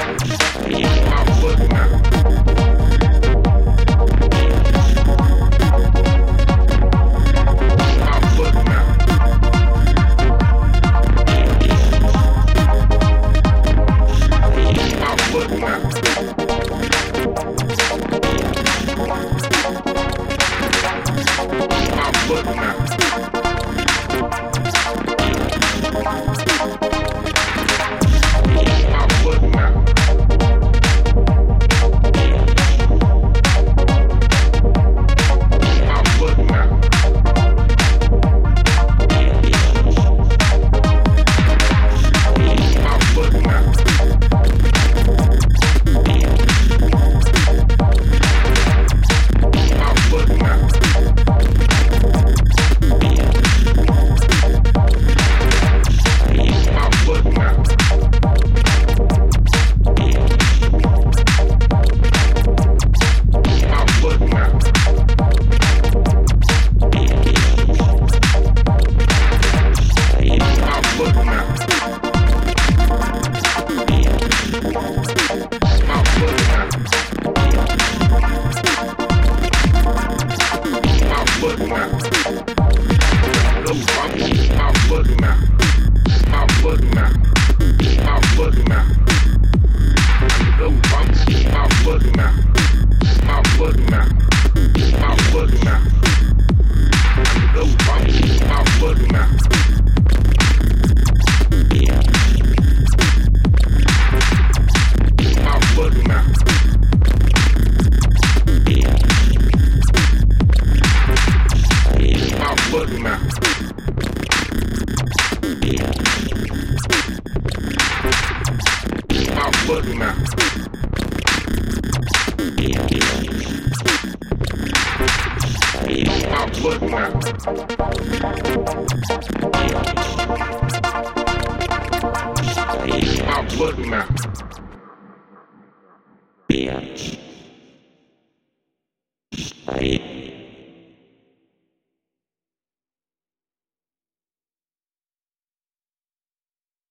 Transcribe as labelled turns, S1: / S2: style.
S1: Stop looking at me. Stop looking at me. Stop looking at me. Stop looking at me. Bitch. Bitch.